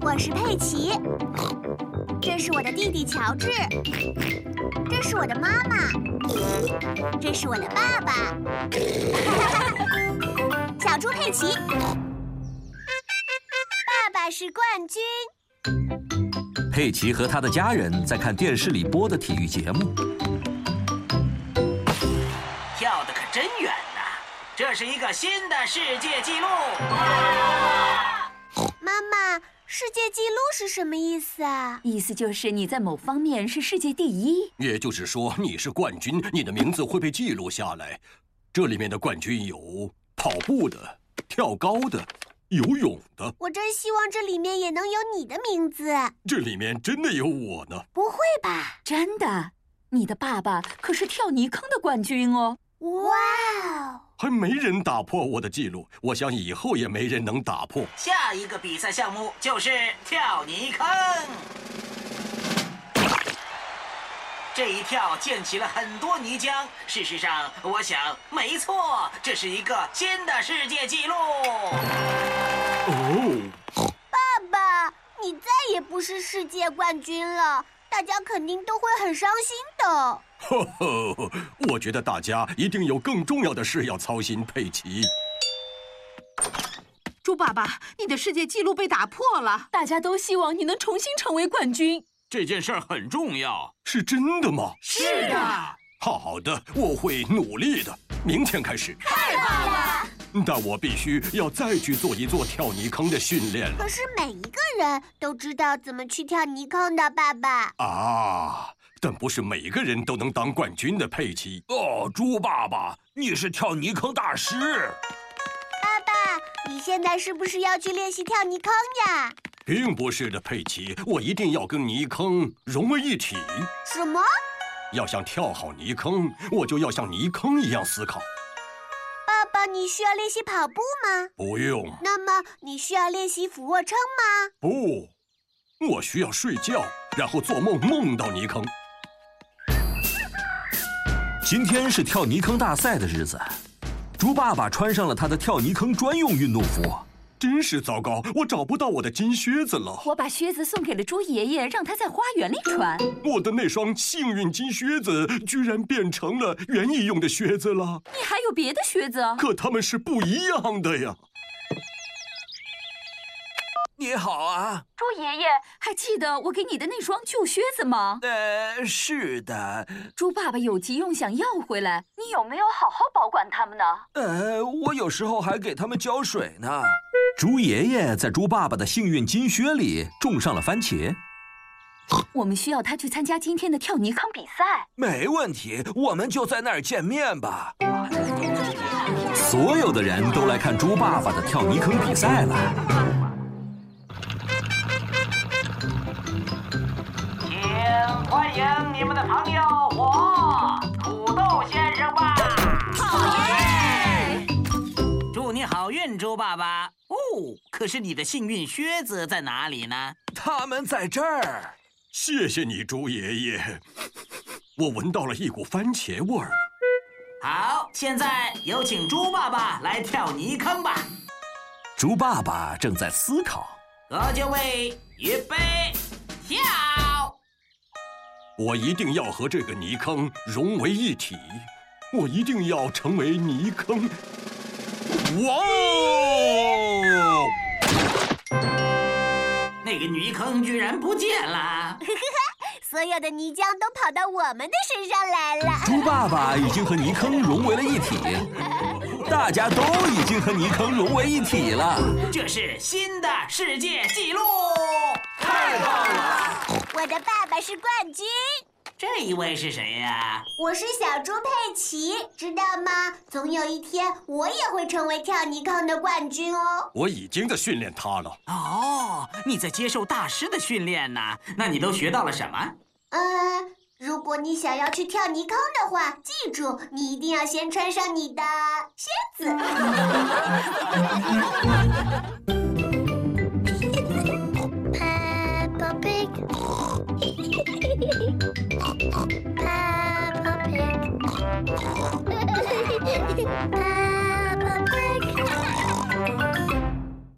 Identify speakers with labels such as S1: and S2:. S1: 我是佩奇，这是我的弟弟乔治，这是我的妈妈，这是我的爸 爸，小猪佩奇，爸爸是冠军。
S2: 佩奇和他的家人在看电视里播的体育节目。
S3: 跳的可真远呐、这是一个新的世界纪录。
S1: 妈妈，世界纪录是什么意思啊？
S4: 意思就是你在某方面是世界第一。
S5: 也就是说，你是冠军，你的名字会被记录下来。这里面的冠军有跑步的、跳高的、游泳的，
S1: 我真希望这里面也能有你的名字。
S5: 这里面真的有我呢。
S1: 不会吧？
S4: 真的，你的爸爸可是跳泥坑的冠军哦。
S1: 哇哦！
S5: 还没人打破我的记录，我想以后也没人能打破。
S3: 下一个比赛项目就是跳泥坑。这一跳溅起了很多泥浆。事实上，我想没错，这是一个新的世界纪录。
S5: 哦，
S1: 爸爸，你再也不是世界冠军了，大家肯定都会很伤心的。
S5: 呵呵，我觉得大家一定有更重要的事要操心，佩奇。
S6: 猪爸爸，你的世界纪录被打破了。
S4: 大家都希望你能重新成为冠军。
S7: 这件事儿很重要。
S5: 是真的吗？
S6: 是的，
S5: 好的，我会努力的。明天开始。太棒了！但我必须要再去做一做跳泥坑的训练了
S1: 可是每一个人都知道怎么去跳泥坑的，爸爸。
S5: 啊！但不是每个人都能当冠军的，佩奇。
S7: 哦，猪爸爸，你是跳泥坑大师。
S1: 爸爸，你现在是不是要去练习跳泥坑呀？
S5: 并不是的，佩奇，我一定要跟泥坑融为一体。
S1: 什么？
S5: 要想跳好泥坑，我就要像泥坑一样思考。
S1: 爸爸，你需要练习跑步吗？
S5: 不用，
S1: 那么你需要练习俯卧撑吗？
S5: 不，我需要睡觉，然后做梦梦到泥坑。
S2: 今天是跳泥坑大赛的日子，猪爸爸穿上了他的跳泥坑专用运动服。
S5: 真是糟糕，我找不到我的金靴子了。
S4: 我把靴子送给了猪爷爷，让他在花园里穿。
S5: 我的那双幸运金靴子居然变成了园艺用的靴子了，
S4: 你还有别的靴子？
S5: 可它们是不一样的呀。
S7: 你好啊，
S4: 猪爷爷还记得我给你的那双旧靴子吗？
S7: 呃，是的，
S4: 猪爸爸有急用想要回来，你有没有好好保管它们呢？
S7: 呃，我有时候还给他们浇水呢。
S2: 猪爷爷在猪爸爸的幸运金靴里种上了番茄。
S4: 我们需要他去参加今天的跳泥坑比赛。
S7: 没问题，我们就在那儿见面吧。
S2: 所有的人都来看猪爸爸的跳泥坑比赛了。
S3: 请欢迎你们的朋友我土豆先生吧。好耶！祝你好运，猪爸爸。哦，可是你的幸运靴子在哪里呢？
S7: 他们在这儿。
S5: 谢谢你，猪爷爷。我闻到了一股番茄味儿。
S3: 好，现在有请猪爸爸来跳泥坑吧。
S2: 猪爸爸正在思考，
S3: 各就位，预备，跳！
S5: 我一定要和这个泥坑融为一体，我一定要成为泥坑。哇哦！
S3: 那个泥坑居然不见了。
S1: 所有的泥浆都跑到我们的身上来了。
S2: 猪爸爸已经和泥坑融为了一体，大家都已经和泥坑融为一体了。
S3: 这是新的世界纪录。
S1: 我的爸爸是冠军，
S3: 这一位是谁呀、
S1: 我是小猪佩奇，知道吗？总有一天我也会成为跳泥坑的冠军哦。
S5: 我已经在训练它了。
S3: 哦，你在接受大师的训练呢、那你都学到了什么？
S1: 嗯，如果你想要去跳泥坑的话，记住你一定要先穿上你的靴子。